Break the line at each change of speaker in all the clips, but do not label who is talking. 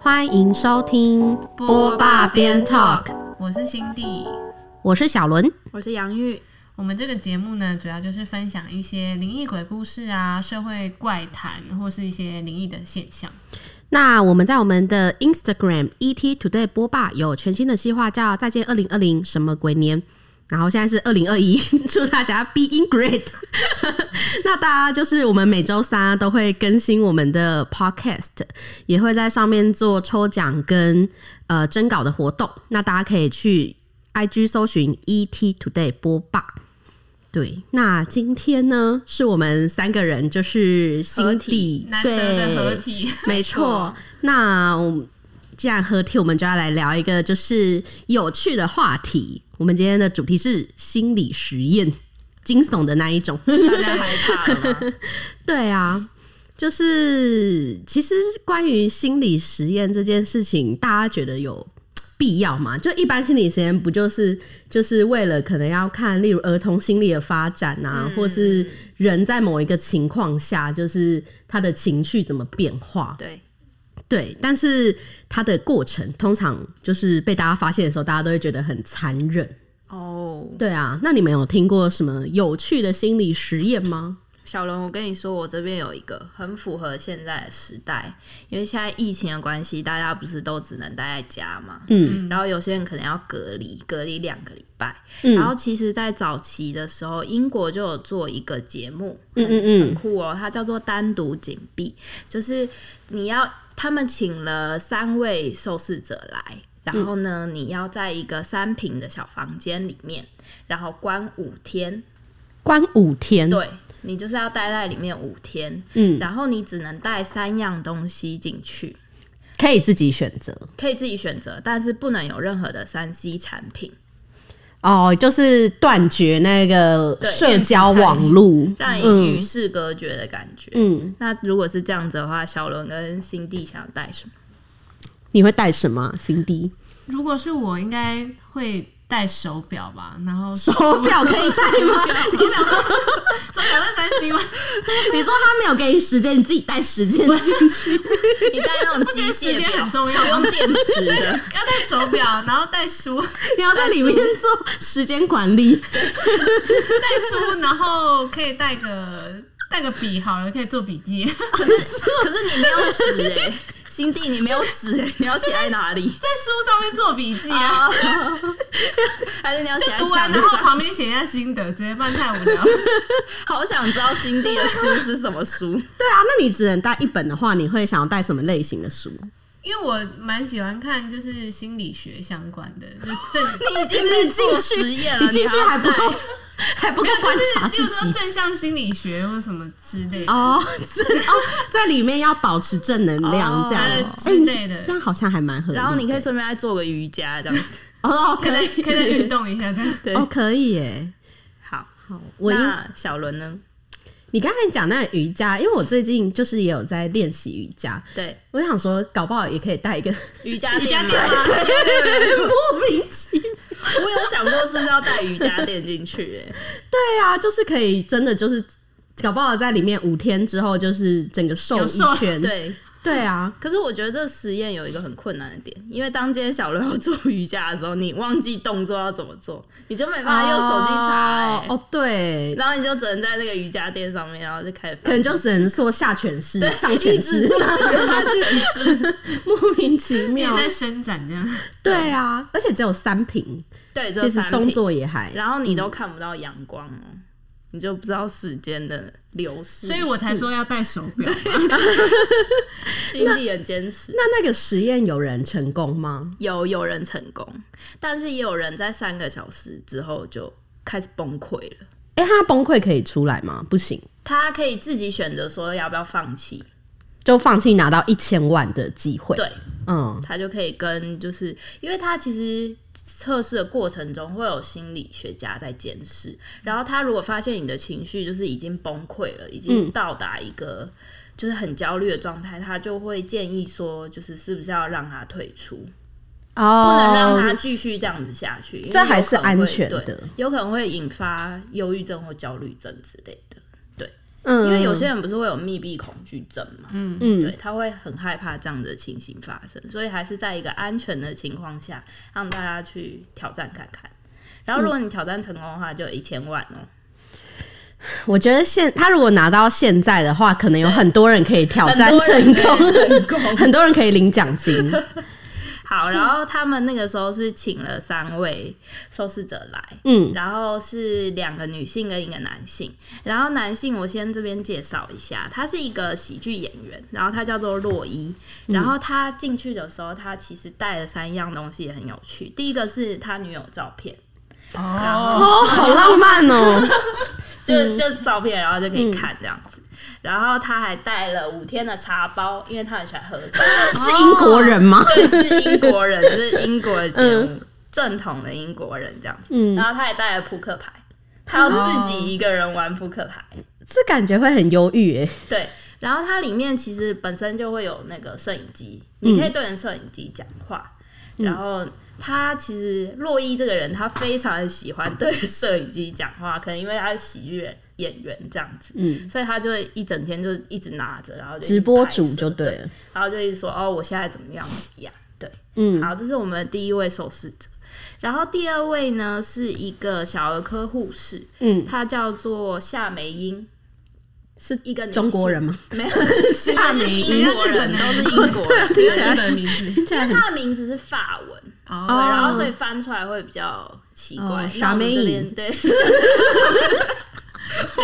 欢迎收听
波霸边 talk，我是新弟，
我是小伦。
我是杨玉，
我们这个节目呢，主要就是分享一些灵异鬼故事啊、社会怪谈，或是一些灵异的现象。
那我们在我们的 Instagram ET Today 波霸有全新的计划，叫“再见二零二零什么鬼年”。然后现在是二零二一， 祝大家 Be in Great。那大家就是我们每周三都会更新我们的 Podcast，也会在上面做抽奖跟呃征稿的活动。那大家可以去 IG 搜寻 ET Today 波霸。对，那今天呢是我们三个人就是新地
难
对
得的合 体，
没错。那我们既然合体，我们就要来聊一个就是有趣的话题。我们今天的主题是心理实验，惊悚的那一种。
大家害怕了吗？
对啊，就是其实关于心理实验这件事情，大家觉得有必要吗？就一般心理实验不就是就是为了可能要看，例如儿童心理的发展啊，或是人在某一个情况下，就是他的情绪怎么变化？
对，
对，但是它的过程通常就是被大家发现的时候，大家都会觉得很残忍。
哦，
对啊，那你们有听过什么有趣的心理实验吗？
小龙，我跟你说，我这边有一个很符合现在的时代，因为现在疫情的关系，大家不是都只能待在家嘛，
嗯，
然后有些人可能要隔离，隔离两个礼拜，
嗯
然后其实，在早期的时候，英国就有做一个节目，
嗯嗯
很
嗯，
酷哦，它叫做单独紧闭，就是你要他们请了三位受试者来，
嗯
然后呢，你要在一个三平的小房间里面，然后关五天，
关五天，
对你就是要待在里面五天，
嗯，
然后你只能带三样东西进去，
可以自己选择
可以自己选择，但是不能有任何的三 C 产品，
哦，就是断绝那个
对
社交网络。
让你与世隔绝的感觉。
嗯，
那如果是这样子的话，小伦跟辛蒂想要带什 么？
你会带什么啊？CD
如果是我，应该会戴手表吧，然后
手 表可以带吗？你说
手表是三 C 吗？
你说他没有给你时间，你自己带时间进去，
你带那种机
觉得时
械
间
表
很重要
不
吗
用电池 的。
要戴手表，然后戴书，
你要在里面做时间管理。
戴书，然后可以带个带个笔好了，可以做笔 记。
可是可是你没有纸哎、新弟你没有纸哎、你要写在哪里？
在书上面做笔记啊，
啊， 还是你要写在
读完
墙
然后
上？
旁边写一下心得，直接办太无 聊。
好想知道新弟的书是什么书。
对啊，那你只能带一本的话，你会想要带什么类型的书？
因为我蛮喜欢看就是心理学相关的，就 正
你已经被做实验了，
你进去
还
还
要
不够
带，
还不够观察
就是比
自
如说
己
正向心理学或什么之类的。
哦，是哦，在里面要保持正能量
哦
这样
呃
哎
之类的
这样好像还蛮合理的。
然后你可以顺便再做个瑜伽这样子。
哦，
可
可
以
以
可以再运动一下， 这样
对，
哦，可以耶。
好，
好，我因
那小伦呢？
你刚才讲那个瑜伽，因为我最近就是也有在练习瑜伽，
对，
我想说搞不好也可以带一个
瑜伽
瑜伽
垫吗。
垫啊
莫名其妙。
我有想过是不是要带瑜伽垫进去、哎，
对啊，就是可以真的就是搞不好在里面五天之后，就是整个瘦
有瘦
一圈。
对。
对啊，
可是我觉得这实验有一个很困难的点，因为当今天小伦要做瑜伽的时候，你忘记动作要怎么做，你就没办法用手机查、欸
哦，哦对，
然后你就只能在那个瑜伽垫上面，然后就开始翻
可能就只能说下犬式、上
一
犬
直
式
做，下犬式，
莫名其
你也
妙。
在伸展这样。
对啊，而且只有三瓶，
对，
其
这
实
三
动
品，
作也还
然后你都看不到阳光哦，你就不知道时间的流 逝，
所以我才说要戴手表。
心里很坚持。
那那个实验有人成功吗？
有有人成功，但是也有人在三个小时之后就开始崩溃了。
哎、他崩溃可以出来吗？不行，
他可以自己选择说要不要放弃，
就放弃拿到一千万的机会。
对，
嗯，
他就可以跟就是，因为他其实测试的过程中会有心理学家在监视，然后他如果发现你的情绪就是已经崩溃了，已
嗯
经到达一个就是很焦虑的状态，他就会建议说，就是是不是要让他退出，不能让他继续这样子下去，因为
哦这还是
有可能会
安全的
对有可能会引发忧郁症或焦虑症之类的。
嗯，
因为有些人不是会有密闭恐惧症嘛，
嗯，
嗯
对，他会很害怕这样的情形发生，所以还是在一个安全的情况下，让大家去挑战看看。然后，如果你挑战成功的话，就一千万哦、
我觉得现他如果拿到现在的话，可能有很多人可以挑
很
战
多人
成功，
对成功。
很多人可以领奖金。
好，然后他们那个时候是请了三位受试者来，
嗯
然后是两个女性跟一个男性。然后男性我先这边介绍一下，他是一个喜剧演员，然后他叫做洛伊。然后他进去的时候，他其实带了三样东西也很有趣。第一个是他女友照片，
哦，
哦，好浪漫哦！
就就照片，然后就可以看这样子。然后他还带了五天的茶包，因为他很喜欢喝茶。
是英国人吗？
对，是英国人，就是英国的节目，正统的英国人这样子。然后他也带了扑克牌，他要自己一个人玩扑克牌。
这感觉会很忧郁诶。
对，然后它里面其实本身就会有那个摄影机，
嗯
你可以对着摄影机讲话。然后他其实洛伊这个人，他非常喜欢对着摄影机讲话，可能因为他是喜剧人演员这样子，嗯，所以他就会一整天就一直拿着，然后就一直
直播
拍
主
摄
就对了，
然后就一直说哦，我现在怎么样怎么样，对，
嗯
好，这是我们的第一位受试者。然后第二位呢是一个小儿科护士，
嗯，
她叫做夏梅英，
是
一个女
中国
性
人吗？
没有，啊是他们英国人都是英国 人，
听起来的名字
听起来
因
很嗯
为他的名字是法文，对，
哦，
然后所以翻出来会比较奇怪
哦。
那我们这边
傻妹影
对，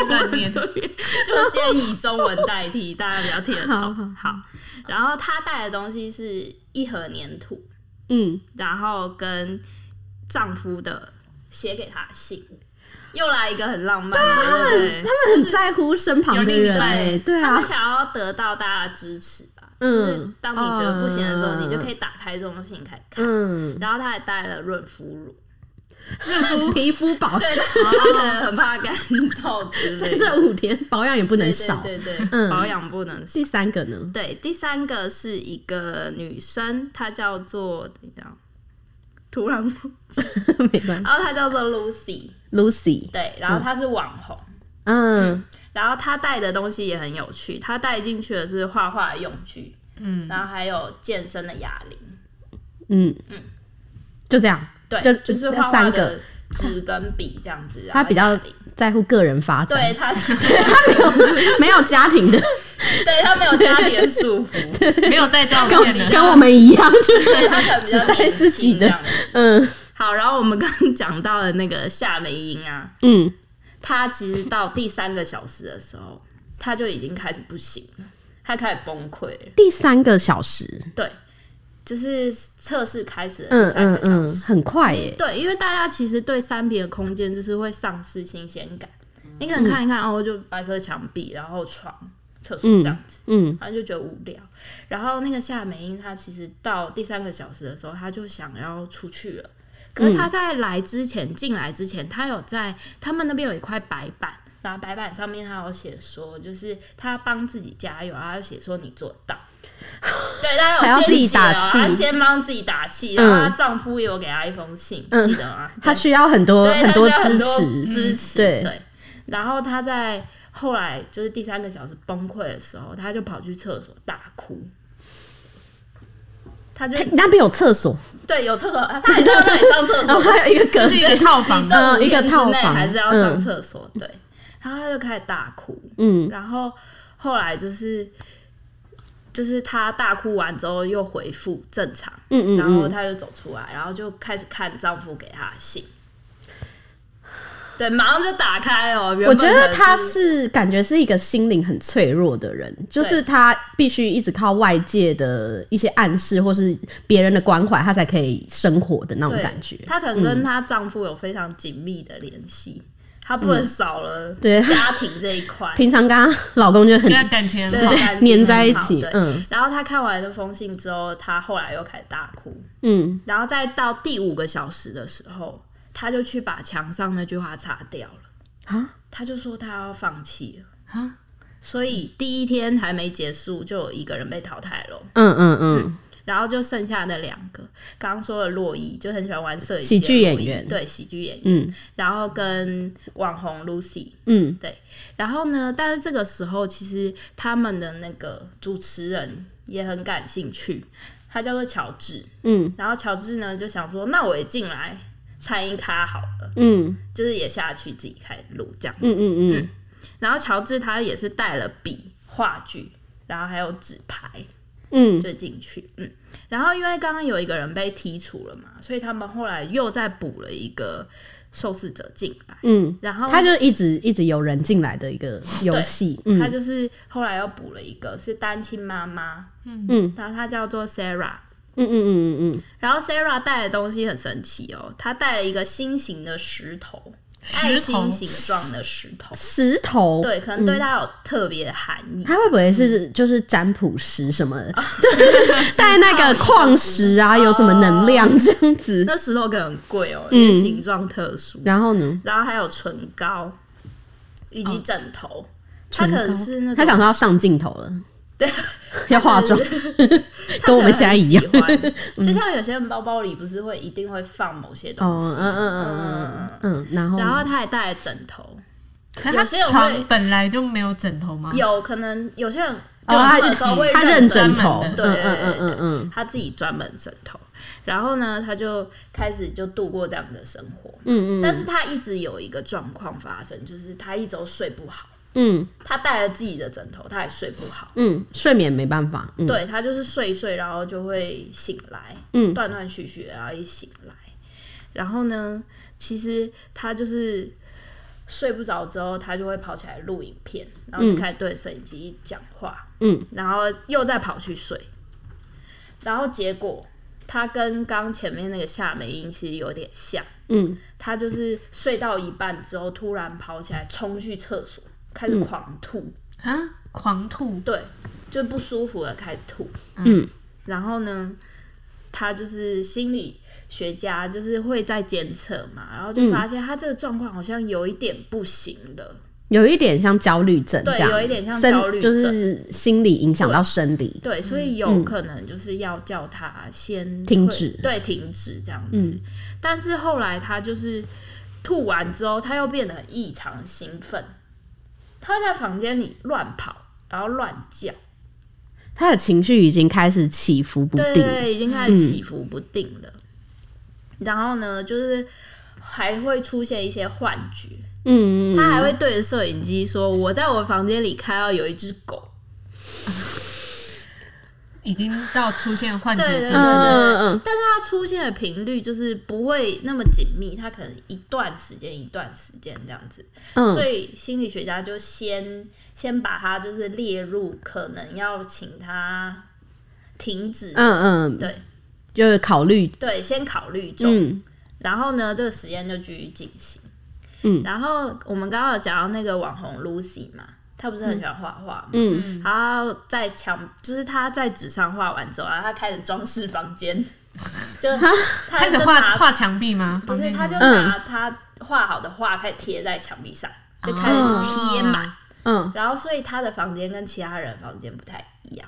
乱念
就先以中文代替，大家比较听得
好好
懂。 好，然后他带的东西是一盒粘土，
嗯，
然后跟丈夫的写给他的信，又来一个很浪漫的，对不对
他们很在乎身旁的人诶。对
他
啊
们，想要得到大家的支持吧。
嗯
就是当你觉得不行的时候，
嗯
你就可以打开这种信开看。
嗯，
然后他还带了润肤乳，
皮肤保
对，他 可能很怕干燥之类
在哦
的，
这五天保养也不
不
能少。
对对对
嗯
保养不能少
第。三个 呢？
对，第三个是一个女生，她叫做等一下哦，突然忘，
没关系
然后她叫做 Lucy，
，Lucy，
对，然后她是网红，
嗯，
然后她带的东西也很有趣，她带进去的是画画的用具，
嗯，
然后还有健身的哑铃，
嗯，就这样，
对，
就
就是
那
画画
三
的
个
纸跟笔这样子，
他比较
然后哑铃
在乎个人发展，
对他，
没有家庭 的，
对他没有家庭的束 缚，
没有带照
跟
片啊的，
跟我们一样，就
对
是
他可能比较
只带自己的
年轻这样子
嗯
好，然后我们刚刚讲到的那个夏梅英啊，
嗯，
她其实到第三个小时的时候，她就已经开始不行了，她开始崩溃了。
第三个小时，
对，就是测试开始的
嗯
第三
嗯
个小时。
嗯，很快耶，
对，因为大家其实对三 D 的空间就是会丧失新鲜感，你可能看一看、哦，就白色墙壁，然后床、厕所这样子，
嗯
然后就觉得无聊。然后那个夏美英，她其实到第三个小时的时候，她就想要出去了。可
嗯
是她在来之前，进来之前，她有在他们那边有一块白板，然后白板上面她有写说，就是她帮自己加油，然后她写说你做得到。 对，她有
还要
先
自己
写哦
打气
她先帮自己打气，然后她丈夫也有给她一封信，
嗯
记得吗？
他需要很多
对，
很多
她
支
需要很多
持，嗯
支持，
对
对。然后她在后来就是第三个小时崩溃的时候，她就跑去厕所大哭。她就
他那边有厕所，
对有厕所，她还是要让你上厕
然后
所，
还有一个隔
就是一个
间，
套房，
嗯
这五
一个
天之
套
内
房
还是要上
嗯
厕所，对。然后她就开始大哭，
嗯
然后后来就是就是她大哭完之后又恢复正常，
嗯嗯
然后
嗯，
她就走出来，然后就开始看丈夫给她的信。对，马上就打开哦。原
我
本
觉得
可能
他
是
是感觉是一个心灵很脆弱的人，就是他必须一直靠外界的一些暗示或是别人的关怀，他才可以生活的那种
对
感觉。嗯
她可能跟她丈夫有非常紧密的联系，她不能少了
嗯 对
家庭这一块。
平常跟她老公就很
跟他感情很
对
好
就
感情
黏
很
在一
好
起
对
嗯
然后她看完那封信之后，她后来又开始大哭，
嗯
然后再到第五个小时的时候，她就去把墙上那句话擦掉了。
啊，
她就说她要放弃了，
啊，
所以第一天还没结束，就有一个人被淘汰了。
嗯嗯嗯，
然后就剩下那两个，刚刚说的洛伊就很喜欢玩摄影
喜
界
剧
的洛
演
伊
员
对喜剧演员，
嗯
然后跟网红 Lucy，
嗯，
然后呢，但是这个时候其实他们的那个主持人也很感兴趣，他叫做乔治，
嗯，
然后乔治呢就想说，那我也进来参一咖好了，
嗯
就是也下去自己开始录这样子，
嗯嗯嗯，
然后乔治他也是带了笔、话剧，然后还有纸牌，
嗯，
就进去，嗯。然后因为刚刚有一个人被剔除了嘛，所以他们后来又再补了一个受试者进来，
嗯，
然后
它就是一直一直有人进来的一个游戏，
他
嗯
就是后来又补了一个是单亲妈妈，
嗯，
然后她叫做 Sarah。
嗯嗯嗯嗯嗯，
然后 Sarah 带的东西很神奇哦，她带了一个心形的石头，爱
石头
心形状的石头，
石头，
对，可能对她有特别的含义。
它会不会是就是占卜石什么的， 就是带那个矿石 啊，有什么能量这样子？
那石头可能很贵哦，
嗯
因为形状特殊。
然后呢，
然后还有唇膏以及枕头，它可能是那种
哦他想说要上镜头了，
对，
要化 妆，跟我们现在一样。嗯
她 可能很喜欢就像有些人包包里不是会一定会放某些东西，
哦，嗯嗯嗯嗯嗯嗯，然后
然后他还带了枕头，
可
有
他
些人会
床本来就没有枕头吗？
有可能有些人
哦，他
枕头会
他认
认
枕
真
头，
专
嗯
门
的
嗯嗯嗯嗯
他自己专门枕头，然后呢，他就开始就度过这样的生活。
嗯嗯
但是他一直有一个状况发生，就是他一直都睡不好。
嗯
他带了自己的枕头，他也睡不好。
嗯，睡眠没办法，嗯
对他就是睡一睡，然后就会醒来，
嗯
断断续续的，然后一醒来，然后呢，其实他就是睡不着之后，他就会跑起来录影片，然后就开始对摄影机讲话，
嗯，
然后又再跑去睡，然后结果他跟刚前面那个夏美英其实有点像，
嗯
他就是睡到一半之后突然跑起来冲去厕所，开
嗯
始狂吐，
啊，狂吐，
对，就不舒服了，开始吐。
嗯
然后呢，他就是心理学家，就是会在监测嘛，然后
嗯
就发现他这个状况好像有一点不行了。
有一点像焦虑症这样，
对有一点像
生
焦虑症
就是心理影响到生理，
对，所以有可能就是要叫他先
嗯停
退
止嗯
对，停止这样子。但是后来他就是吐完之后，他又变得异常兴奋，他在房间里乱跑，然后乱叫。
他的情绪已经开始起伏不
对
定，嗯
对，已经开始起伏不定了。然后呢，就是还会出现一些幻觉，
嗯嗯
他还会对着摄影机说：“我在我房间里看到有一只狗。
已经到出现幻觉的
对对
嗯
地步。
嗯嗯”
但是它出现的频率就是不会那么紧密，它可能一段时间一段时间这样子。
嗯
所以心理学家就先先把它就是列入可能要请他停止，
嗯嗯，
对
就是考虑，
对，先考虑中。
嗯
然后呢，这个实验就继续进行。
嗯
然后我们刚刚有讲到那个网红 Lucy 嘛，她不是很喜欢画画嘛，
嗯
然后在墙，就是她在纸上画完之后，然后她开始装饰房间， 就她
开始
就
画
拿，
画墙壁吗？
不
房
是，
间
她就
墙
嗯
拿她画好的画开始贴在墙壁上，就开始
哦
贴满。
嗯，
然后，所以她的房间跟其他人房间不太一样，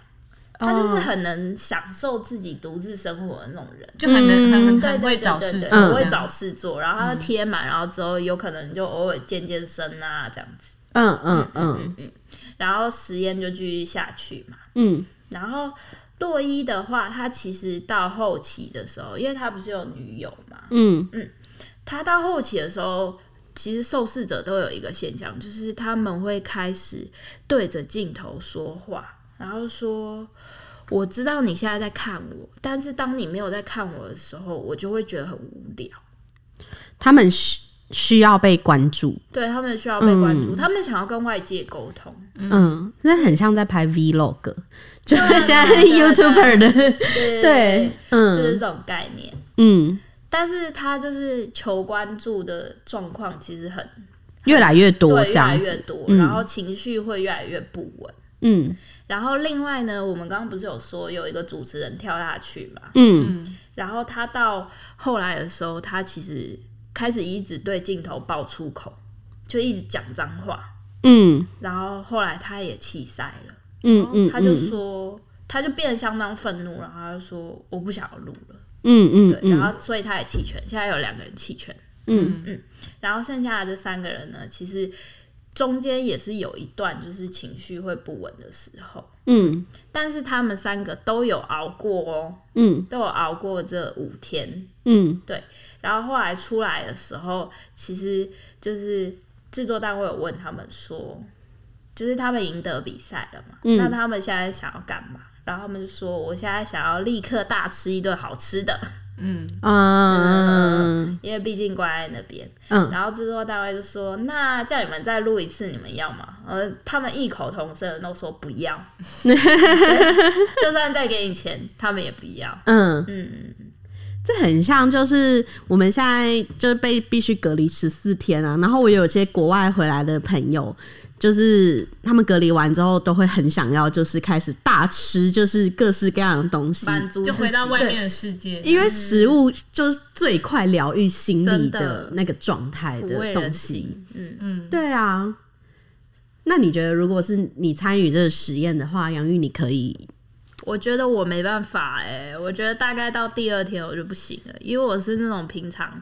她
哦
就是很能享受自己独自生活的那种人。
就很能很很
对对对
很会找
对
事
对，
做
我会
这样嗯
找事做，然后它贴满，然后之后有可能就偶尔健健身啊这样子，
嗯嗯嗯
然后实验就继续下去嘛。
嗯
然后洛伊的话，他其实到后期的时候，因为他不是有女友嘛，
嗯
他到后期的时候，其实受试者都有一个现象，就是他们会开始对着镜头说话，然后说：“我知道你现在在看我，但是当你没有在看我的时候，我就会觉得很无聊。”
他们需需要被关注，
对他们需要被关注，他们想要跟外界沟通。
嗯，那很像在拍 vlog，就是现在
对对
YouTuber 的，
对
对，
就是
嗯
这种概念。
嗯，
但是他就是求关注的状况其实很
越来越多
对，
这
越来
样
越
子，
多，
嗯
然后情绪会越来越不稳。
嗯
然后另外呢，我们刚刚不是有说有一个主持人跳下去嘛？
嗯
然后他到后来的时候，他其实开始一直对镜头爆粗口，就一直讲脏话。
嗯
然后后来他也气塞了，
嗯嗯，
他就说他就变得相当愤怒，然后他就说我不想要录了，
嗯嗯
对，然
嗯
后所以他也弃权，现在有两个人弃权，
嗯
然后剩下的这三个人呢，其实中间也是有一段就是情绪会不稳的时候，
嗯
但是他们三个都有熬过哦，
嗯
都有熬过这五天，
嗯
然后后来出来的时候，其实就是制作单位有问他们说，就是他们赢得比赛了嘛，
嗯
那他们现在想要干嘛？然后他们就说，我现在想要立刻大吃一顿好吃的，
嗯，
嗯
因为毕竟关在那边。
嗯
然后制作单位就说，那叫你们再录一次，你们要吗？呃，他们异口同声的都说不要，就算再给你钱，他们也不要。
嗯，
嗯，
这很像就是我们现在就是被必须隔离十四天啊。然后我有些国外回来的朋友，就是他们隔离完之后都会很想要，就是开始大吃，就是各式各样的东西，
满足
就
自
回到
己
外面的世界，
因为食物就是最快疗愈心理
嗯真的
的那个状态
抚慰
的
人
东西。
心。嗯，
嗯，
对啊，那你觉得如果是你参与这个实验的话，杨玉你可以，
我觉得我没办法哎、我觉得大概到第二天我就不行了，因为我是那种平常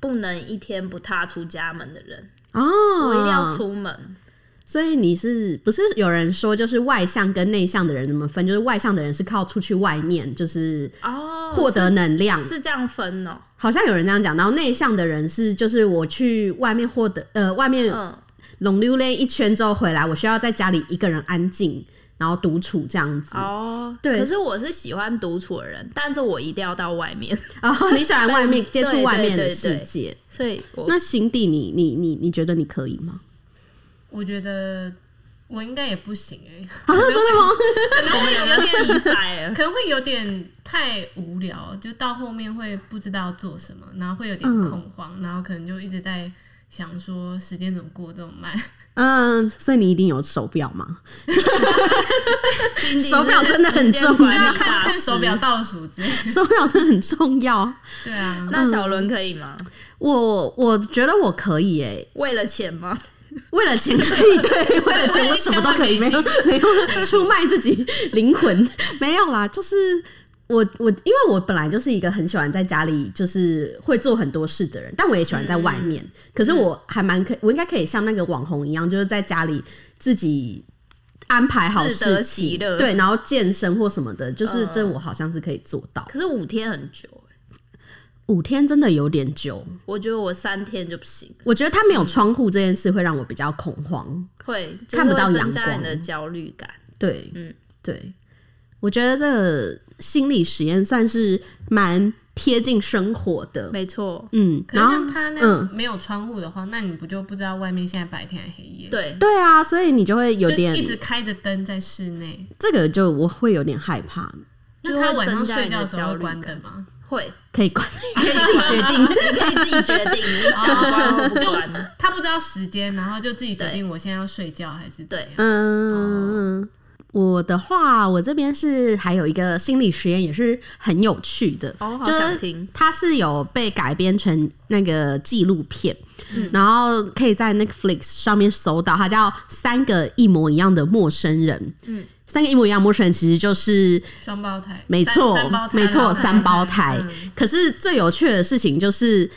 不能一天不踏出家门的人，
哦，
我一定要出门。
所以你是不是有人说，就是外向跟内向的人怎么分？就是外向的人是靠出去外面，就是
哦，
获得能量，
是是这样分哦、
好像有人这样讲。然后内向的人是，就是我去外面获得，呃，外面
嗯，
拢溜嘞一圈之后回来，我需要在家里一个人安静，然后独处这样子。
哦，
对
可是我是喜欢独处的人，但是我一定要到外面，
然后啊你喜欢外面接触
对
外面的
对对
世
对
界。
所以我
那行弟你，你你你觉得你可以 吗？
我觉得我应该也不行哎，
啊，真的吗？
我们两个气塞 了。
可能会有点太无聊，就到后面会不知道做什么，然后会有点
嗯
恐慌，然后可能就一直在想说时间怎么过这么慢，
嗯，所以你一定有手表嘛？手表真的很重要
时间管
就要
理
看
大
看
师
手表。倒数之类的。
手表真的很重要。
对啊，
那小伦可以吗？
嗯我我觉得我可以诶、
为了钱吗？
为了钱可以，对，为了钱我什么都可以，没有没有出卖自己灵魂， 没有啦，就是。我我因为我本来就是一个很喜欢在家里就是会做很多事的人，但我也喜欢在外面。可是我还蛮可，我应该可以像那个网红一样，就是在家里自己安排好
自得
事
其
情，
乐
对，然后健身或什么的，就是
嗯
这我好像是可以做到。
可是五天很久、欸，
五天真的有点久，
我觉得我三天就不行，
我觉得他没有窗户这件事会让我比较恐慌。
会就是
看不到
会
阳
增加
光
你的焦虑感。
对，嗯
嗯，
对，我觉得这个心理实验算是蛮贴近生活的，
没错，
嗯，
可是
然后
像他那
嗯
样没有窗户的话，那你不就不知道外面现在白天还是黑夜？，
对，
对啊，所以你就会有
就
点
一直开着灯在室内。
这个就我会有点害怕，
那
就
他
会
晚上
增加
睡
你
觉
的
的时候
焦
会
虑
关
感
灯吗？
会，
可 以关，
你可以自己决 定，你可以自己决定，你想关或不关。
他不知道时间，然后就自己决
对
定我现在要睡觉还是怎
对
样。
嗯。我的话，我这边是还有一个心理实验，也是很有趣的，
哦，好
就是
想听，
它是有被改编成那个纪录片，然后可以在 Netflix 上面搜到，它叫《三个一模一样的陌生人》。嗯，三个一模一样的陌生人其实就是
双胞胎，
没
三
错
三胞胎
没错三胞胎
嗯
可是最有趣的事情就是，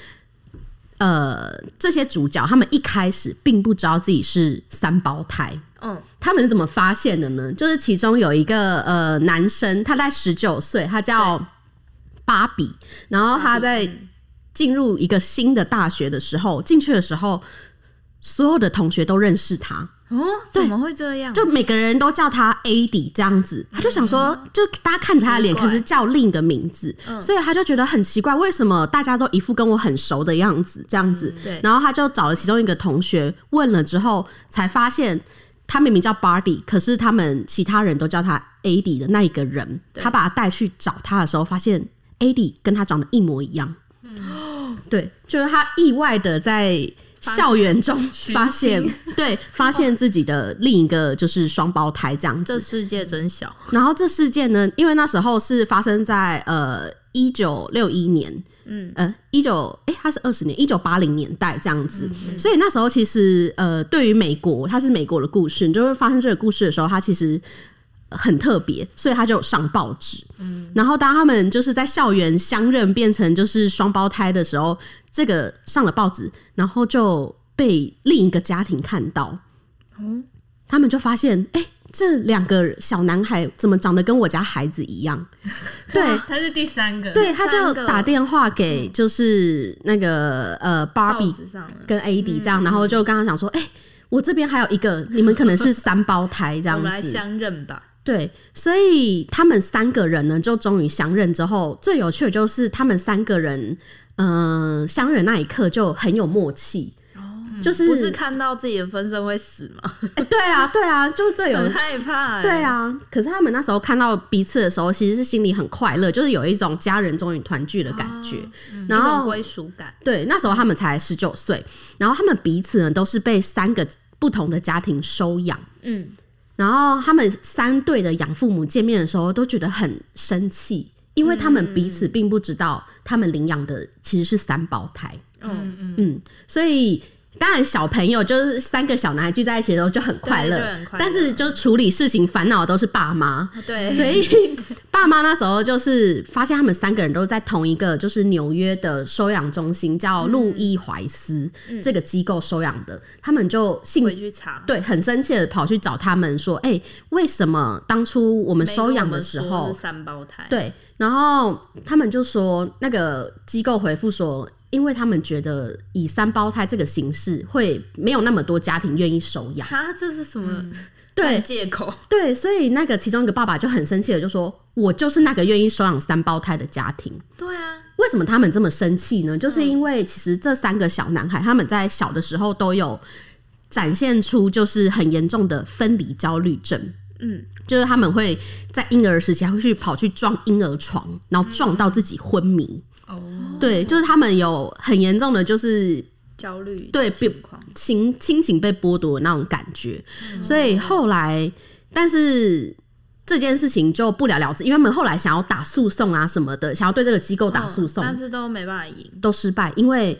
呃，这些主角他们一开始并不知道自己是三胞胎。
嗯，
他们是怎么发现的呢？就是其中有一个呃男生，他在十九岁，他叫芭比，然后他在进入一个新的大学的时候，进去的时候，所有的同学都认识他，
哦，怎么会这样？嗯
就每个人都叫他 AD 这样子，他就想说，就大家看着他的脸，
奇怪
可是叫另一个名字，
嗯
所以他就觉得很奇怪，为什么大家都一副跟我很熟的样子，这样子。
嗯对
然后他就找了其中一个同学问了之后，才发现他明明叫 Barty，可是他们其他人都叫他 AD 的那一个人，他把他带去找他的时候，发现 AD 跟他长得一模一样。
嗯
对，就是他意外的在校园中发现， 对，发现自己的另一个就是双胞胎这样
这
子。
世界真小，
然后这事件呢，因为那时候是发生在呃一九六一年，嗯，呃一九哎，它是二十年，一九八零年代这样子。所以那时候其实呃，对于美国，它是美国的故事，你就会发生这个故事的时候，它其实。很特别，所以他就有上报纸。然后当他们就是在校园相认变成就是双胞胎的时候，这个上了报纸，然后就被另一个家庭看到，他们就发现，哎、这两个小男孩怎么长得跟我家孩子一样？对，
他是第三个，
对，他就
三个嗯
打电话给就是那个呃芭
报
比
纸嗯上了，
跟 AD 这样，然后就刚刚想说，哎、我这边还有一个，你们可能是三胞胎这
我
样
们来
子，
相认吧。
对，所以他们三个人呢，就终于相认之后，最有趣的就是他们三个人，嗯、相认那一刻就很有默契，就是
哦不是看到自己的分身会死吗？
哎对啊，对啊，就是最有
很害怕、欸。
对，啊，可是他们那时候看到彼此的时候，其实是心里很快乐，就是有一种家人终于团聚的感觉。然
哦嗯一种
后
归属感。
对，那时候他们才十九岁，然后他们彼此呢都是被三个不同的家庭收养。
嗯，
然后他们三对的养父母见面的时候都觉得很生气，因为他们彼此并不知道他们领养的其实是三胞胎。
嗯，
嗯，所以当然小朋友就是三个小男孩聚在一起的时候就很快乐
对就很，快乐
但是就处理事情烦恼的都是爸妈。
对，
所以爸妈那时候就是发现他们三个人都在同一个就是纽约的收养中心，叫路易怀斯、这个机构收养的，他们就兴
嗯回去查。
对很生气的跑去找他们说：“哎、为什么当初我们
没跟
收
我
养
们
的时
说
候
是，三胞胎，，
对？”然后他们就说那个机构回复说。因为他们觉得以三胞胎这个形式，会没有那么多家庭愿意收养。
哈，这是什么
对，
借口？
对，所以那个其中一个爸爸就很生气的就说：“我就是那个愿意收养三胞胎的家庭，
对啊，
为什么他们这么生气呢？
嗯
就是因为其实这三个小男孩他们在小的时候都有展现出就是很严重的分离焦虑症。”
嗯，
就是他们会在婴儿时期还会去跑去撞婴儿床，然后撞到自己昏迷。
哦，
对，就是他们有很严重的就是
焦虑的
对
情况，嗯
亲亲情被剥夺的那种感觉，所以后来，但是这件事情就不了了之，因为他们后来想要打诉讼啊什么的，想要对这个机构
哦
打诉讼、
嗯但是都没办法赢。
都失败，因为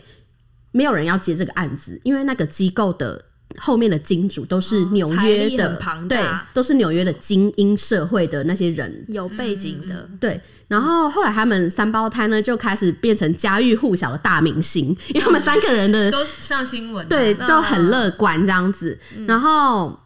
没有人要接这个案子，因为那个机构的后面的金主都是纽
哦财
约
力
的
很，庞
对
大，
都是纽约的精英社会的那些人。
有背景的，
对，然后后来他们三胞胎呢，就开始变成家喻户晓的大明星，因为他们三个人的
都上新闻啊，
对，
那
都很乐观这样子。
嗯
然后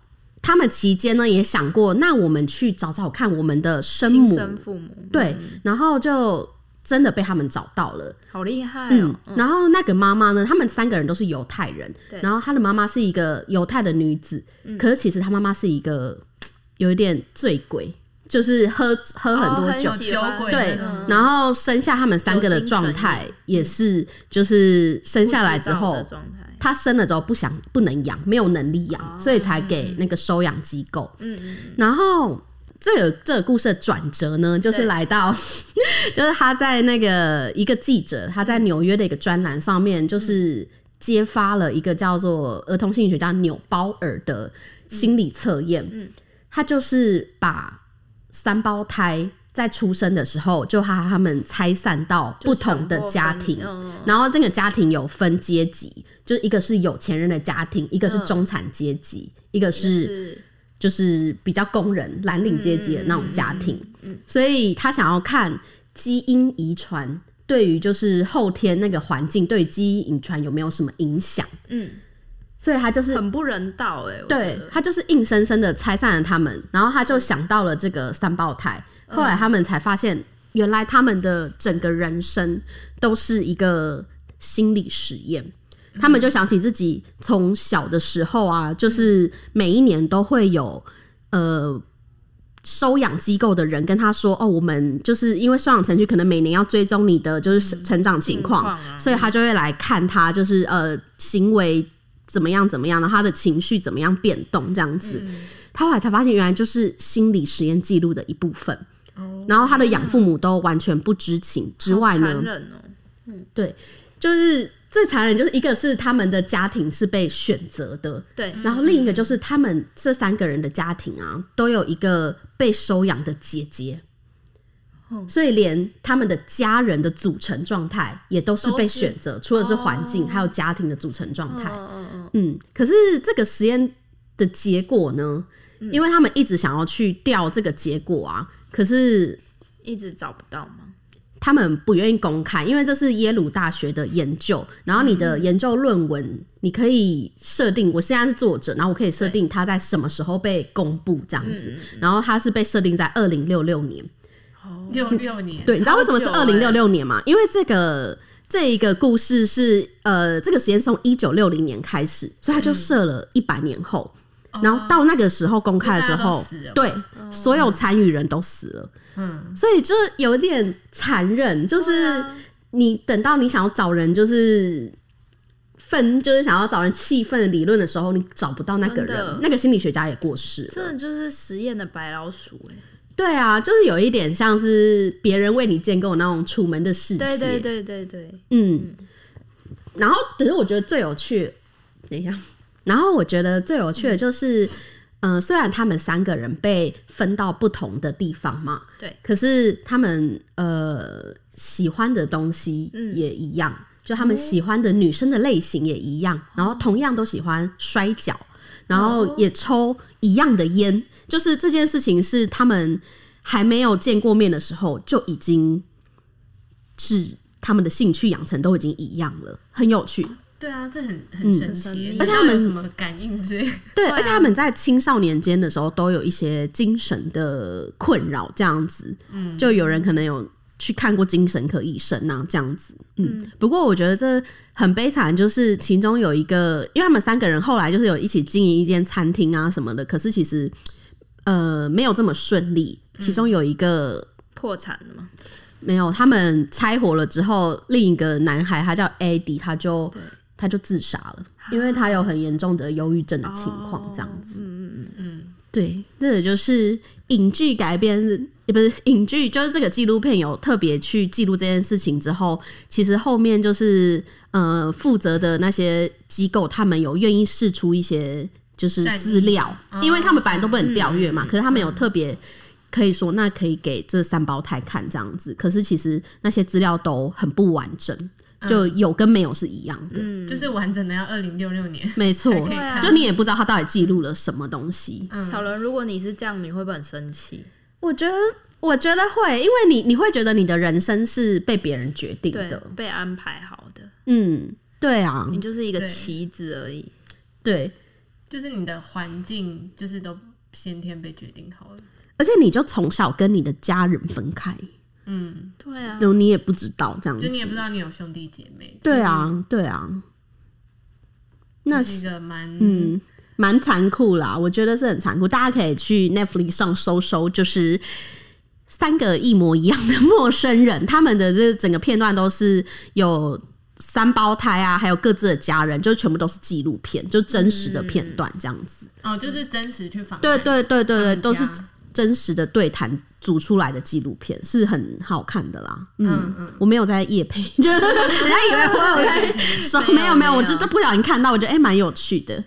他们期间呢，也想过，那我们去找找看我们的生
亲
母，
嗯生嗯父母，
对，然后就真的被他们找到了。
好厉害
嗯
哦，，
然后那个妈妈呢，他们三个人都是犹太人
对，嗯
然后她的妈妈是一个犹太的女子，可是其实她妈妈是一个嘖有一点醉鬼，就是喝喝很多酒
有。
哦喜
酒
欢
鬼
对
那种，
然后生下他们三个的
嗯酒精
状
成瘾
态也是，就是生
不
下来
知
之
道的
后，
状态，
他生了之后不想不能养，没有能力养，所以才给那个收养机构。
哦嗯嗯，
然后这个这个故事的转折呢，就是
对
来到， 就是他在那个一个记者他在纽约的一个专栏上面，
嗯
就是揭发了一个叫做儿童心理学家纽包尔的心理测验。
嗯
他就是把三胞胎。在出生的时候，就把他们拆散到不同的家庭，
嗯
然后这个家庭有分阶级，就是一个是有钱人的家庭，一个是中产阶级，嗯一个是
是
就是比较工人蓝领阶级的那种家庭。所以他想要看基因遗传对于就是后天那个环境对于基因遗传有没有什么影响，
嗯，
所以他就是。
很不人道哎，我
对
觉得
他就是硬生生的拆散了他们，然后他就想到了这个三胞胎，
嗯
后来他们才发现，原来他们的整个人生都是一个心理实验。他们就想起自己从小的时候啊，就是每一年都会有呃收养机构的人跟他说，哦，我们就是因为收养程序可能每年要追踪你的就是成长情况，
嗯近况啊
所以他就会来看他就是呃行为怎么样怎么样，然后他的情绪怎么样变动这样子。他后来才发现，原来就是心理实验记录的一部分。
哦
然后他的养父母都完全不知情之外
好
呢
残，忍哦，
就是最残忍，就是一个是他们的家庭是被选择的，
对，
然后另一个就是他们这三个人的家庭啊，都有一个被收养的姐姐，所以连他们的家人的组成状态也都是哦被选择，除了是环境，还有家庭的组成状态。
嗯嗯嗯，
嗯，可是这个实验的结果呢，因为他们一直想要去调这个结果啊，可是
一直找不到吗？
他们不愿意公开，因为这是耶鲁大学的研究。然后你的研究论文，你可以设定，我现在是作者，然后我可以设定它在什么时候被公布这样子。然后它是被设定在二零六六年。哦
六六年，
对，你知道为什么是
超久
二
欸
零六六年吗？因为这个这一个故事是呃，这个实验是从一九六零年开始，所以它就设了一百年后。然后到那个时候公开的时
就大哦家都
候
死了嘛，
对，所有参与人都死了，
嗯，
所以就是有点残忍，就是
啊
你等到你想要找人，就是愤，就是想要找人气愤的理论的时候，你找不到那个
真的
人，那个心理学家也过世了，
真的就是实验的白老鼠哎、
对啊，就是有一点像是别人为你建构那种楚门的世界，
对对对对对，
嗯。然后，可是我觉得最有趣，等一下，然后我觉得最有趣的就是，嗯、呃，虽然他们三个人被分到不同的地方嘛，
对，
可是他们呃喜欢的东西也一样，就他们喜欢的女生的类型也一样，然后同样都喜欢摔跤，然后也抽一样的烟，就是这件事情是他们还没有见过面的时候就已经是他们的兴趣养成都已经一样了，很有趣。
对啊，这很很神
很神
奇
秘
耶，
嗯而且
你
他们
有什么感应之类的？
对，啊而且他们在青少年间的时候都有一些精神的困扰，这样子，嗯，就有人可能有去看过精神科医生啊，这样子，嗯。不过我觉得这很悲惨，就是其中有一个，因为他们三个人后来就是有一起经营一间餐厅啊什么的，可是其实呃没有这么顺利，其中有一个。
破产了吗？
没有，他们拆伙了之后，另一个男孩他叫 Eddie，他就他就自杀了，因为他有很严重的忧郁症的情况，这样
哦
子。嗯嗯嗯嗯，对，这个就是影剧改编，也不是影剧，就是这个纪录片有特别去记录这件事情之后，其实后面就是呃负责的那些机构，他们有愿意试出一些就是
善意
资料，
嗯
因为他们本来都不能调阅嘛，可是他们有特别。可以说那可以给这三胞胎看这样子，可是其实那些资料都很不完整，
嗯
就有跟没有是一样的，
就是完整的要二零六六年，
没错
嗯才可以看，
就你也不知道他到底记录了什么东西。
嗯小伦，如果你是这样，你会不会很生气？
我觉得，我觉得会，因为你你会觉得你的人生是被别人决定
对
的，，
被安排好的，
嗯，对啊
你，就是一个
对
棋子而已。
对，
就是你的环境就是都先天被决定好了。
而且你就从小跟你的家人分开，
嗯，
对啊，
然后你也不知道这样
就
子
你，也不知道你有兄弟姐妹，
对啊，对啊，那
这是一个蛮
嗯，蛮残酷啦，我觉得是很残酷。大家可以去 Netflix 上搜搜，就是三个一模一样的陌生人，他们的这整个片段都是有三胞胎啊，还有各自的家人，就全部都是纪录片，就真实的片段这样子。
哦，就是真实去访谈
对对对对
他
对，
们
都是
家
真实的对谈组出来的纪录片，是很好看的啦。嗯，
嗯
我没有在夜配，就是 人家以为我有在说，
没
没有没
有嗯
有，
没有
我就都不小心看到，我觉得哎蛮、有趣的。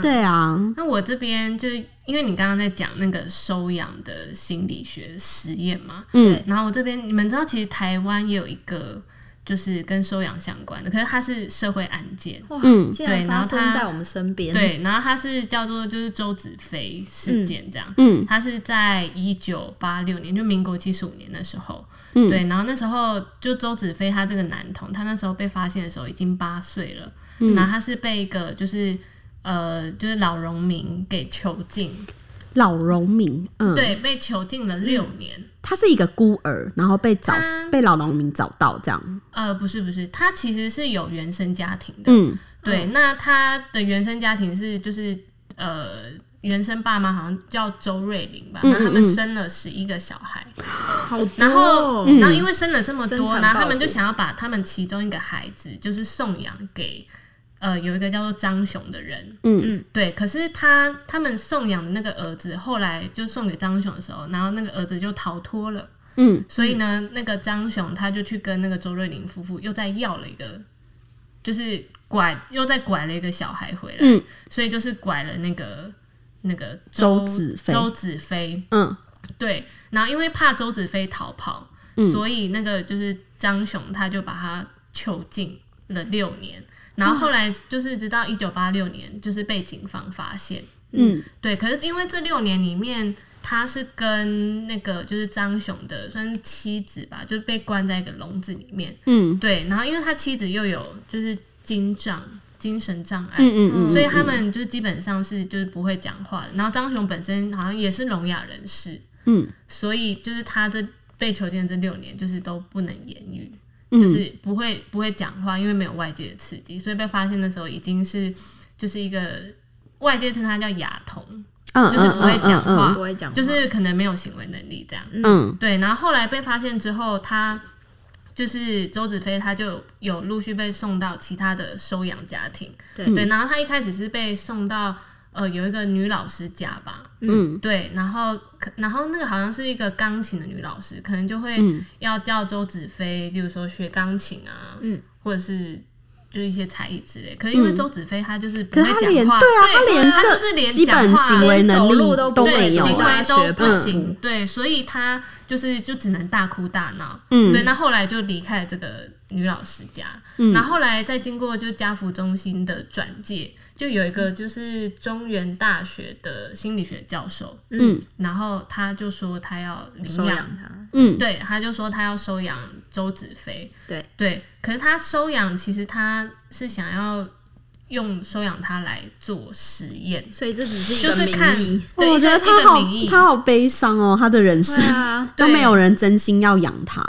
对啊，
那我这边就因为你刚刚在讲那个收养的心理学实验嘛，
嗯，
然后我这边你们知道，其实台湾也有一个就是跟收养相关的，可是它是社会案件，
哇，
嗯
竟然
对然
发
后
生
他
在我们身边。，
对，然后它是叫做就是周子飞事件这样，
嗯
他是在一九八六年，就民国七十五年的时候，
嗯
对，然后那时候就周子飞他这个男童，他那时候被发现的时候已经八岁了，
嗯
然后他是被一个就是呃就是老农民给囚禁，
嗯老农民，嗯，，
对，被囚禁了六年。
他是一个孤儿，然后被找
他
被老农民找到这样，
呃，不是不是，他其实是有原生家庭的，
嗯
对，那他的原生家庭是就是呃。原生爸妈好像叫周瑞玲吧，
嗯
那他
嗯
们
嗯
生了十一个小孩，
好多哦，
然后，
嗯
然后因为生了这么
真
多，
残
然后他
暴
们就
骨
想要把他们其中一个孩子就是送养给呃有一个叫做张雄的人，
嗯
对。可是他他们送养的那个儿子后来就送给张雄的时候，然后那个儿子就逃脱了，
嗯
所以呢，那个张雄他就去跟那个周瑞玲夫妇又再要了一个，就是拐又再拐了一个小孩回来，
嗯
所以就是拐了那个那个
周子飞
周子飞，
嗯
对，然后因为怕周子飞逃跑，所以那个就是张雄他就把他囚禁了六年。然后后来就是直到一九八六年，就是被警方发现。
嗯，
对，可是因为这六年里面，他是跟那个就是张雄的算是妻子吧，就是被关在一个笼子里面。
嗯
对，然后因为他妻子又有就是精障、精神障碍，
嗯嗯
哎所以他们就基本上是就是不会讲话的。然后张雄本身好像也是聋哑人士，
嗯，
所以就是他这被囚禁的这六年，就是都不能言语，
嗯
就是不会不会讲话，因为没有外界的刺激，所以被发现的时候已经是就是一个外界称他叫哑童，
嗯，
就是不会讲话
不会讲话，
就是可能没有行为能力这样。
嗯，嗯
对，然后后来被发现之后，他就是周子飞，他就有陆续被送到其他的收养家庭。
对
对，然后他一开始是被送到呃有一个女老师家吧，
嗯
对，然后可然后那个好像是一个钢琴的女老师，可能就会
嗯
要叫周子飞，例如说学钢琴啊，
嗯，
或者是。就是一些才艺之类，可是因为
嗯
周子飞他就是不
可
会
是他
讲
连
话，
对啊他
对
连
他
这
就是连
基
讲
本
话
行为能力
连走路都不
都
对，
没有
行
啊
为都不
嗯
行，对，所以他就是就只能大哭大闹，
嗯
对，那后来就离开了这个女老师家，
嗯
然后后来再经过就家福中心的转介，就有一个就是中原大学的心理学教授，
嗯
然后他就说他要
收
领
养
养，
他，
嗯
对，他就说他要收养周子飞，
对
对，可是他收养其实他是想要用收养他来做实验。
所以这只是一
就
个
是看
名义，，
对，
我觉得
一个
他
一个
好
名义，
他好悲伤哦，他的人生
对啊，
都
对
没有人真心要养他。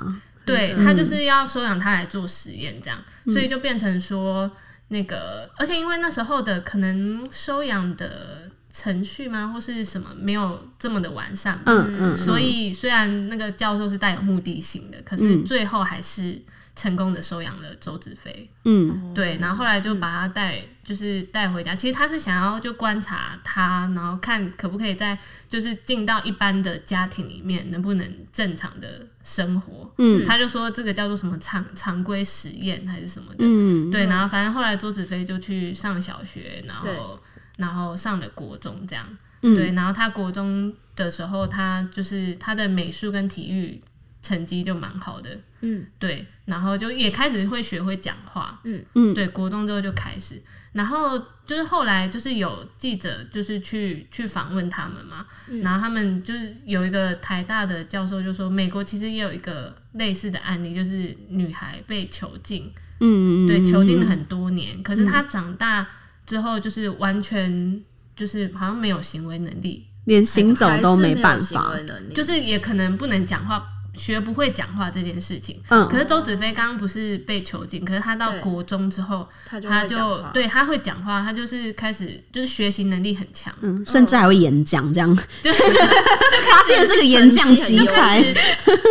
对
嗯
他就是要收养他来做实验，这样，
嗯
所以就变成说那个，而且因为那时候的可能收养的程序吗，或是什么没有这么的完善嘛，
嗯嗯，
所以虽然那个教授是带有目的性的，可
嗯
是最后还是成功的收养了周子飞。
嗯
对，然后后来就把他带，就是带回家。其实他是想要就观察他，然后看可不可以在就是进到一般的家庭里面，能不能正常的生活。
嗯，
他就说这个叫做什么常常规实验还是什么的。
嗯
对，然后反正后来周子飞就去上小学，然后然后上了国中这样。
嗯
对，然后他国中的时候，他就是他的美术跟体育成绩就蛮好的，
嗯，
对，然后就也开始会学会讲话，
嗯
对，国中之后就开始，然后就是后来就是有记者就是去去访问他们嘛，然后他们就是有一个台大的教授就说，美国其实也有一个类似的案例，就是女孩被囚禁，
嗯嗯，嗯
对，囚禁了很多年，可是她长大之后就是完全就是好像没有行为能力，
连行走都没办法
还。是没有行为能力，
就是是也可能不能讲话，学不会讲话这件事情。
嗯
可是周子飞刚刚不是被囚禁，可是他到
对
国中之后，
他就
他
会
就
讲话
对他会讲话，他就是开始就是学习能力很强，
嗯，甚至还会演讲，这样
就 是
发现了是个演讲奇
就
才
开始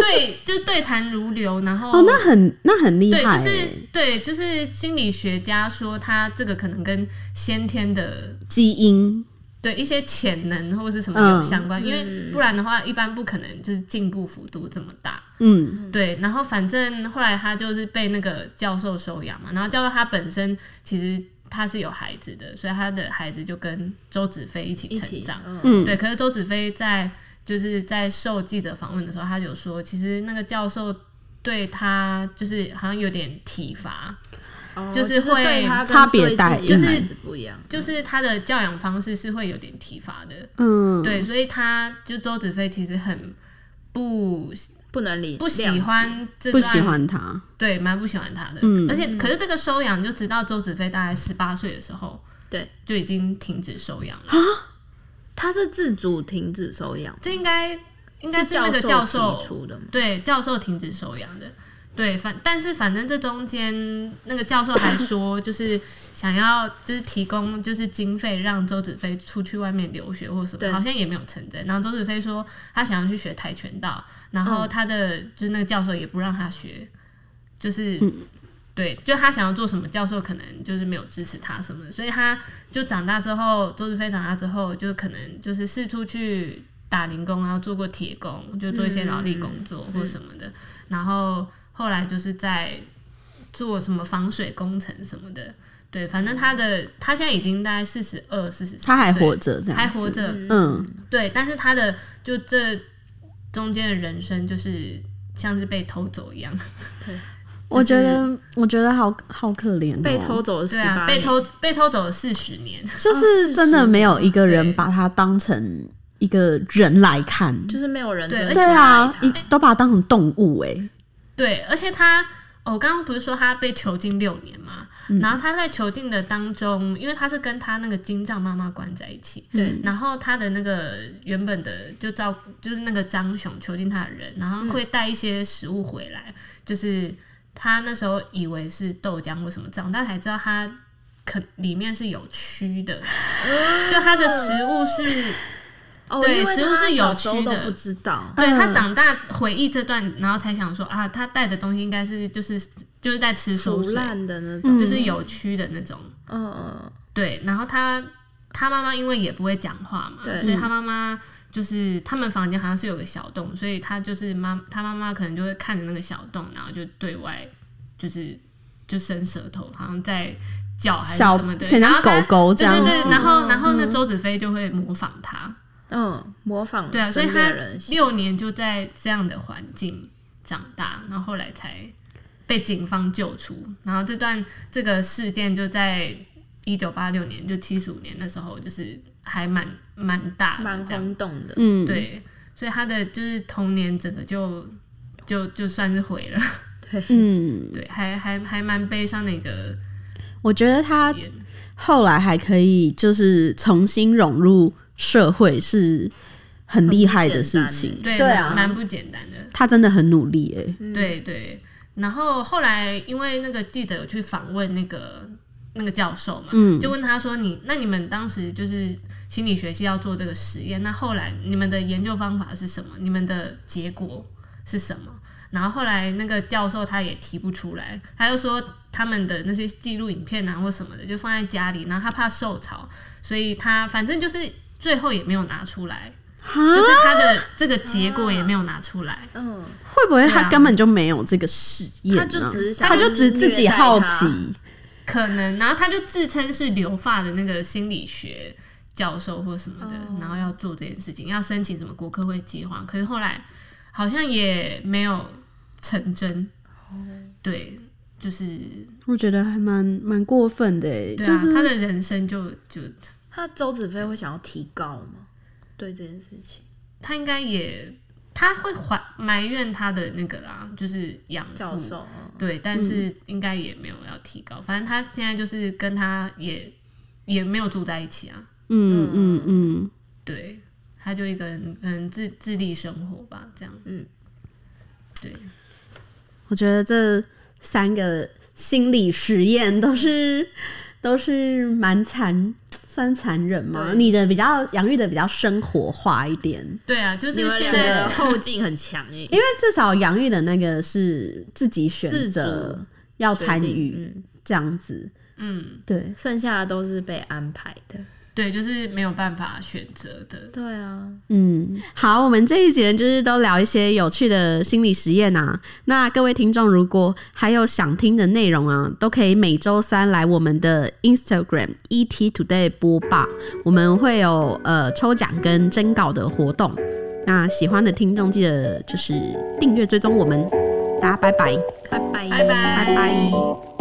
对，就对谈如流，然后
哦，那很那很厉
对，
害
就
欸，
是对，就是心理学家说他这个可能跟先天的
基因
对一些潜能或是什么
嗯
有相关，因为不然的话一般不可能就是进步幅度这么大。
嗯
对，然后反正后来他就是被那个教授收养嘛，然后教授他本身其实他是有孩子的，所以他的孩子就跟周子飞一起
一
成
起
长。，
嗯
嗯
对，可是周子飞在就是在受记者访问的时候，他有说，其实那个教授对他就是好像有点体罚，
哦
就是
是
会
对他跟
差别
对
待
自己的
就是
孩子不一样，
就是他的教养方式是会有点体罚的。
嗯，
对，所以他就周子飞其实很不
不能理
不喜
谅解
欢这
不
段
喜欢他，
对，蛮不喜欢他的。
嗯
而且可是这个收养，就直到周子飞大概十八岁的时候，
对，
就已经停止收养了。
他是自主停止收养，
这应该应该
是
那个教授
提出的吗？
对教授停止收养的。对，反但是反正这中间那个教授还说，就是想要就是提供就是经费让周子飞出去外面留学或什
对
么，好像也没有成真。然后周子飞说他想要去学跆拳道，然后他的、就是那个教授也不让他学，就是、对，就他想要做什么，教授可能就是没有支持他什么的，所以他就长大之后，周子飞长大之后，就可能就是四处去打零工，然后做过铁工，就做一些劳力工作
嗯
或什么的，然后后来就是在做什么防水工程什么的。对，反正他的他现在已经大概四十二、四十，
他还活着这样，
还活，着，
嗯
对，但是他的就这中间的人生就是像是被偷走一样，就是
我觉得我觉得好好可怜、哦，
被偷走了十
对啊，
八
被
年，
偷被偷走了四十年，
就是真的没有一个
哦啊对
人把他当成一个人来看，
就是没有人
对而
真的
且
对啊，
去
一
爱他
都把他当成动物哎、
对，而且他，哦我刚刚不是说他被囚禁六年吗？然后他在囚禁的当中，因为他是跟他那个金藏妈妈关在一起，
对，
然后他的那个原本的就照就是那个张雄囚禁他的人，然后会带一些食物回来，就是他那时候以为是豆浆或什么，长大才知道他可里面是有蛆的，就他的食物是。
哦
对
因为
食物是
他
有
小时候
趣的
都不知道，
对他
嗯
长大回忆这段，然后才想说啊，他带的东西应该是就是就是在吃馊
腐
水，
烂的那
嗯
种，
嗯就是有蛆的那种。
嗯嗯，
对，然后他他妈妈因为也不会讲话嘛，
对
所
嗯
以他妈妈就是他们房间好像是有个小洞，所以他就是妈他妈妈可能就会看着那个小洞，然后就对外就是就伸舌头，好像在叫还是
小
什么的，
很
然后
像
他
狗狗这
对
样
对
子，嗯
对，然后然后那周子飞就会模仿他，
嗯，模仿
对啊，所以
身
他
边的人
六年就在这样的环境长大，然后后来才被警方救出。然后这段这个事件就在一九八六年，就七十五年那时候，就是还蛮蛮大的
蛮
这样。
轰动的，
嗯，
对，所以他的就是童年整个就就就算是毁了，
嗯，
对，还还还蛮悲伤的一个
我觉得他
点。
后来还可以就是重新融入社会是很厉害的事
很
情，
对，
对啊
蛮蛮不简单的。
他真的很努力哎、
嗯
对对。然后后来因为那个记者有去访问那个那个教授嘛，就问他说你：“那你们当时就是心理学系要做这个实验，那后来你们的研究方法是什么？你们的结果是什么？”然后后来那个教授他也提不出来，他就说他们的那些记录影片啊或什么的就放在家里，然后他怕受潮，所以他反正就是最后也没有拿出来，
哈
就是他的这个结果也没有拿出来。
嗯，
会不会
对啊
他根本就没有这个实验、
他
啊？
就只是想
他就只自己好奇，
可能，然后他就自称是留发的那个心理学教授或什么的，然后要做这件事情，要申请什么国科会计划，可是后来好像也没有成真。对，就是
我觉得还蛮蛮过分的哎、
对啊，
就是
他的人生就就
他周子飞会想要提高吗？对这件事情，
他应该也他会怀埋怨他的那个啦，就是养父
教授，嗯
对，但是应该也没有要提高，反正他现在就是跟他也也没有住在一起啊。
嗯嗯嗯，
对，他就一个人嗯自自立生活吧，这样。
我觉得这三个心理实验都是 都是蛮残。算残忍吗？
对
你的比较养育的比较生活化一点，
对啊，就是
你们
现
两
在
个
的
后劲很强欸诶，
因为至少养育的那个是自己选
自
择
主
要参与
嗯，
这样子，
嗯，
对，
剩下的都是被安排的。
对，就是没有办法选择的。
对啊，
嗯，好，我们这一节就是都聊一些有趣的心理实验啊。那各位听众如果还有想听的内容啊，都可以每周三来我们的 Instagram ET Today 播报，我们会有呃抽奖跟征稿的活动。那喜欢的听众记得就是订阅追踪我们，大家拜拜。
拜
拜
拜，
拜
拜拜